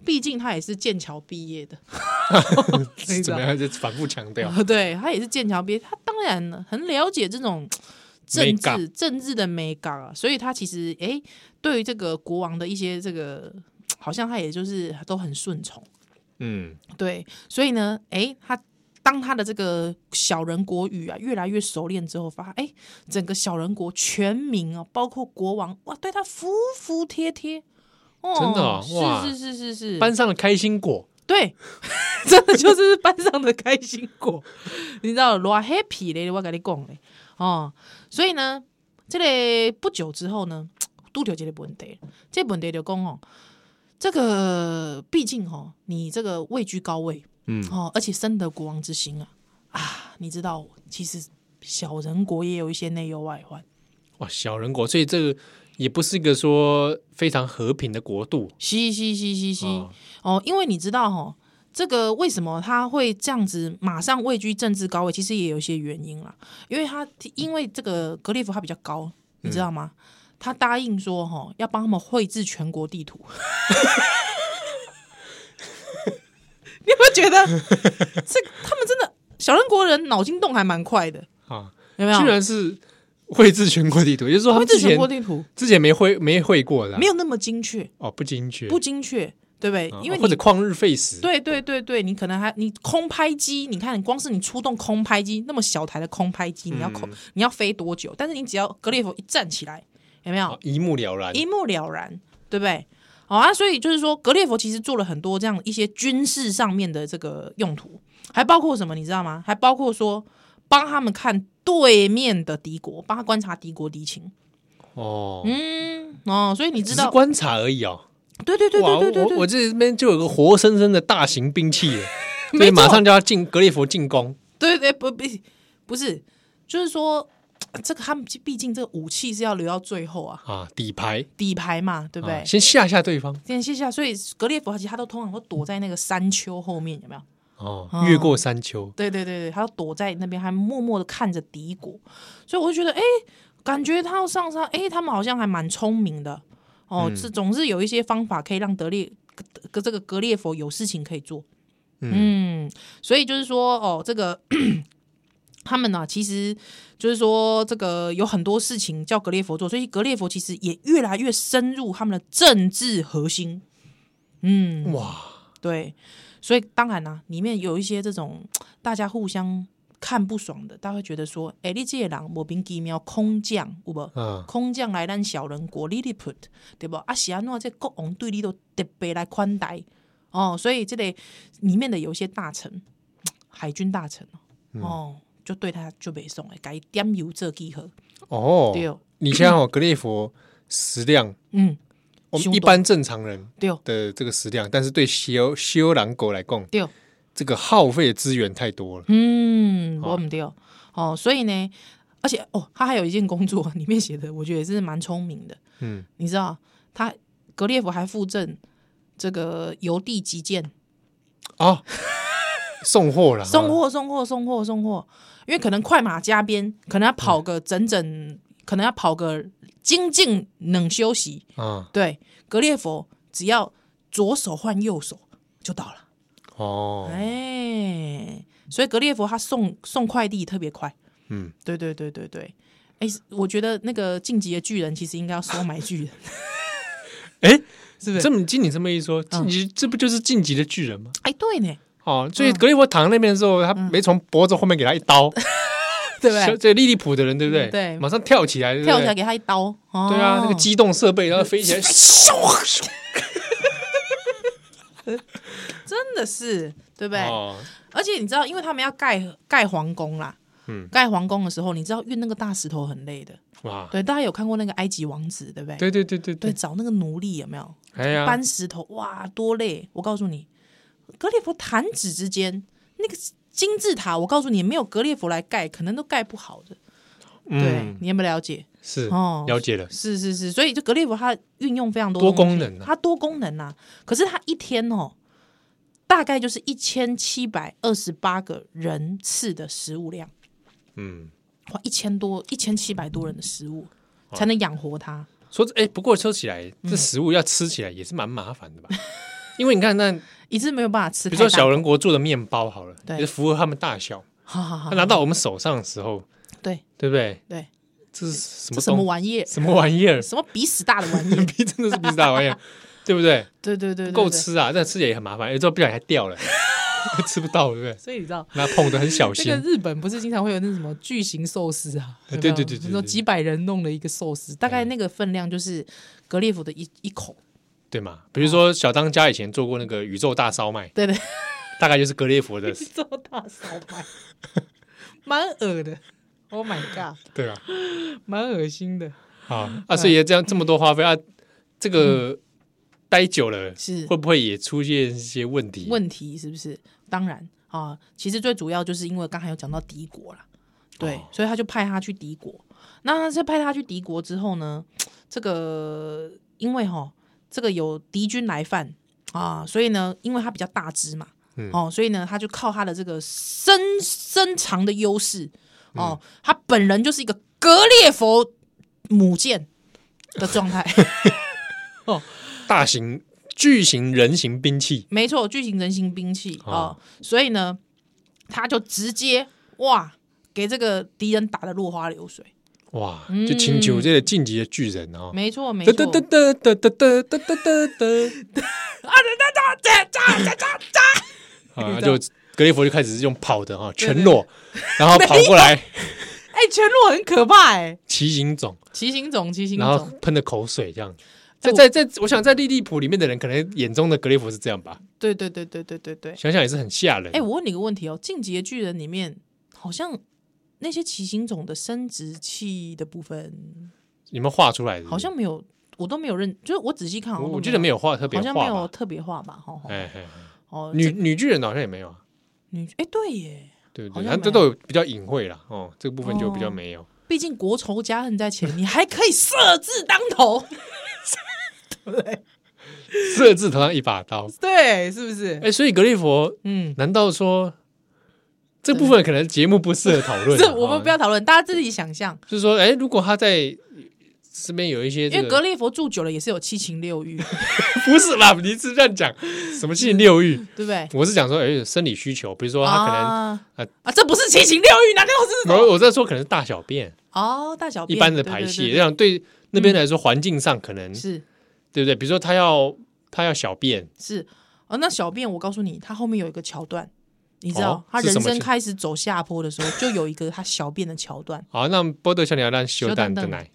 毕竟他也是剑桥毕业的，
是 怎么样？就反复强 调，
对他也是剑桥毕业，他当然很了解这种政
Mega
治政治的美感啊，所以他其实哎、诶对于这个国王的一些这个，好像他也就是都很顺从，
嗯，
对，所以呢，哎、他。当他的这个小人国语啊越来越熟练之后，发现哎，诶整个小人国全民哦，包括国王哇，对他服服帖帖，哦，
真的哦哇
是是是是是，
班上的开心果，
对， 真的就是班上的开心果， 你知道偌 happy 嘞，我跟你讲嘞，哦，所以呢，这个不久之后呢，拄着这个问题，这个问题就讲哦，这个毕竟哦，你这个位居高位，
嗯
哦，而且深得国王之心啊啊，你知道，其实小人国也有一些内忧外患，
哇，小人国，所以这个也不是一个说非常和平的国度
嘻嘻嘻嘻嘻，
哦
哦，因为你知道哈、这个为什么他会这样子马上位居政治高位？其实也有一些原因啦，因为他因为这个格列佛他比较高，你知道
嗯
吗？他答应说哈要帮他们绘制全国地图。 你有没有觉得这他们真的小人国人脑筋动还蛮快的？
啊，
有没有？
居然是绘制全国地图，也就是说他
绘
们
制
之
全
前
国地图
之前没绘没绘过的啊，
没有那么精确，
哦，不精确，
不精确，对不对
啊，？
因为
或者
你
旷日费时，
对啊对对对，你可能还你空拍机，你看你光是你出动空拍机那么小台的空拍机，你要空、你要飞多久？但是你只要格列佛一站起来，有没有？
啊，一目了然，
一目了然，对不对？好啊，所以就是说，格列佛其实做了很多这样一些军事上面的这个用途，还包括什么，你知道吗？还包括说帮他们看对面的敌国，帮他观察敌国敌情。
哦，
嗯，哦，所以你知
只是
道，
观察而已哦。
对对对
哇，
对对对
我我
对，
这边就有个活生生的大型兵器 耶，所
没
以
错
马上就要进格列佛进攻。
对对不不不是，就是说这个他们毕竟这个武器是要留到最后啊，
啊，底牌，
底牌嘛，对不对
啊？先吓吓对方
先谢谢啊。所以格列佛其实他都通常都躲在那个山丘后面，有没有？
哦
啊，
越过山丘，
对对对对，他躲在那边，还默默的看着敌国，所以我就觉得，哎、感觉他要上山，哎、他们好像还蛮聪明的哦，是、总是有一些方法可以让德列格这个格列佛有事情可以做，嗯所以就是说，哦，这个 他们呢、其实就是说这个有很多事情叫格列佛做，所以格列佛其实也越来越深入他们的政治核心，嗯，
哇，
对，所以当然啦、里面有一些这种大家互相看不爽的，大家会觉得说，哎、你这个人莫名其妙空降，有无？
嗯，
空降来咱小人国，你哩 put 对不？啊，是安怎这国王对你都特别来宽待哦，所以这个里面的有一些大臣，海军大臣哦，
嗯
哦就对他就没送哎，改点油这集合，
哦，
对哦，
你想想哦，格列佛食量，
嗯，
我
凶
们
多
一般正常人
对哦，
的这个食量，但是对西欧西欧狼狗来讲，
对哦。
这个耗费的资源太多了。
嗯，
好
我唔对哦，所以呢，而且哦，他还有一件工作，里面写的我觉得也是蛮聪明的。
嗯，
你知道，他格列佛还附赠这个邮递急件，
啊，送货了，
送，货、送货、送货、送货，因为可能快马加鞭，可能要跑个整整，可能要跑个精进能休息。
啊，
对，格列佛只要左手换右手就到了。
哦，
哎，所以格列佛他送送快递特别快。
嗯，
对对对对对。哎，我觉得那个晋级的巨人其实应该要收买巨 人，
哎，
是不是
这？么经你这么一说，
嗯
晋级这不就是晋级的巨人吗？
哎，对 呢，
哦，所以格列佛躺在那边的时候，他没从脖子后面给他一刀，
嗯对不对？
这利利普的人对不对？
嗯对
马上跳起来，对不对
跳起来给他一刀，哦、
对啊，那个机动设备，然后飞起来，
真的是对不 对？
哦，
而且你知道，因为他们要盖盖皇宫啦，
嗯
盖皇宫的时候，你知道运那个大石头很累的，
哇，
对，大家有看过那个埃及王子，对不对？
对对对对
对，
对，
找那个奴隶有没有？
哎呀
搬，石头，哇，多累！我告诉你，格列佛弹指之间，那个金字塔，我告诉你，没有格列佛来盖，可能都盖不好的。对
嗯，
你有没有了解？
是
哦
了解了，
是是是，所以就格列佛它运用非常多
多
东西
功能啊
它多功能啊。可是它一天哦，大概就是一千七百二十八个人次的食物量，
嗯，
哇，一千多一千七百多人的食物才能养活它。
说哎，不过说起来，
嗯
这食物要吃起来也是蛮麻烦 的吧？因为你看，那比
一次没有办法吃
如
太大，
说小人国做的面包好了，
对啊
也是符合他们大小，
好好好
他，拿到我们手上的时候，
对
对不对？
对，
这是什
这
么
什么
东
玩意儿？
什么玩意儿？？
什么鼻屎大的玩意儿
鼻真的是鼻子大玩 意儿，哎对不对？
对对对，对
不够。
对
吃啊，但吃也很麻烦，有时候不小心还掉了， 吃不到，对不对？
所以你知道，
那碰的很小
这
心
个，日本不是经常会有那什么巨型寿司啊？
对
有没有
对对对对
那种
对
几百人弄的一个寿司，大概那个分量就是格列佛的一一口。
对嘛？比如
哦
说小当家以前做过那个宇宙大烧麦，
对 对，
大概就是格列 佛的，
做大烧麦，蛮恶的。Oh my god，
对吧？
蛮恶心的。
啊啊，所以
嗯
这样这么多花费啊，这个待久了
是
会不会也出现一些问题？
问题是不是？当然啊，其实最主要就是因为刚才有讲到敌国啦，对，
哦
所以他就派他去敌国。那他在派他去敌国之后呢，这个因为哈，这个有敌军来犯啊，所以呢，因为他比较大只嘛，
嗯
哦，所以呢，他就靠他的这个身身长的优势哦，
嗯
他本人就是一个格列佛母舰的状态，
大型巨型人形兵器，
没错，巨型人形兵器哦
哦
所以呢，他就直接哇给这个敌人打得落花流水，
哇，就请求这个晋级的巨人哦。
没错嗯没
哒
错，
哒哒哒哒哒哒哒哒哒 哒，
啊哒哒哒哒哒哒哒，
啊，就格列佛就开始用跑的哈，全裸，然后跑过 来
哎，全裸很可怕哎、
骑行种，
骑行种，骑行
然后
种，
喷的口水这样。
哎
在在在，我想在利利普里面的人，可能眼中的格列佛是这样吧，
对对对对对对对。
想想也是很吓人
哎、。我问你个问题哦，《进击的巨人》里面好像那些骑行种的生殖器的部
嗯
分
你们画出来的，
好像没有，我都没有认，就是我仔细看好像
我
都，
我记得没有画特别
好
画
像没有
吧。
特别画吧，吼吼
哎哎，哎
哦，
女
这
女巨人好像也没有，啊，
女哎、对耶，
对
好
对，
像
它
没
这
有
都有比较隐晦啦，哦，这个部分就比较没有。
毕竟国仇家恨在前，你还可以色字当头，
设置头上一把刀，
对，是不是？
哎，所以格列佛
嗯，
难道说这部分可能节目不适合讨论 啊？
这我们不要
哦，
讨论，大家自己想象。
就是说，哎，如果他在身边有一些
因
这
为格
个，
列佛住久了也是有七情六欲，
不是啦，你是这样讲什么性六欲？
对不对？
我是讲说，哎，生理需求，比如说他可能，
啊
呃
啊，这不是七情六欲，哪
我、
有是
我在说可能是大小便
哦，大小
一
便
般的
对
排
对
泄，
对
这样对那边来说环境上可能、
对是
对不对？比如说他要他要小便，
是啊，那小便我告诉你，他后面有一个桥段，你知道，
哦
他
是
人
什么
生
桥
开始走下坡的时候，就有一个他小便的桥段。
好，那波德小鸟让修
小
蛋
蛋
的
蛋
奶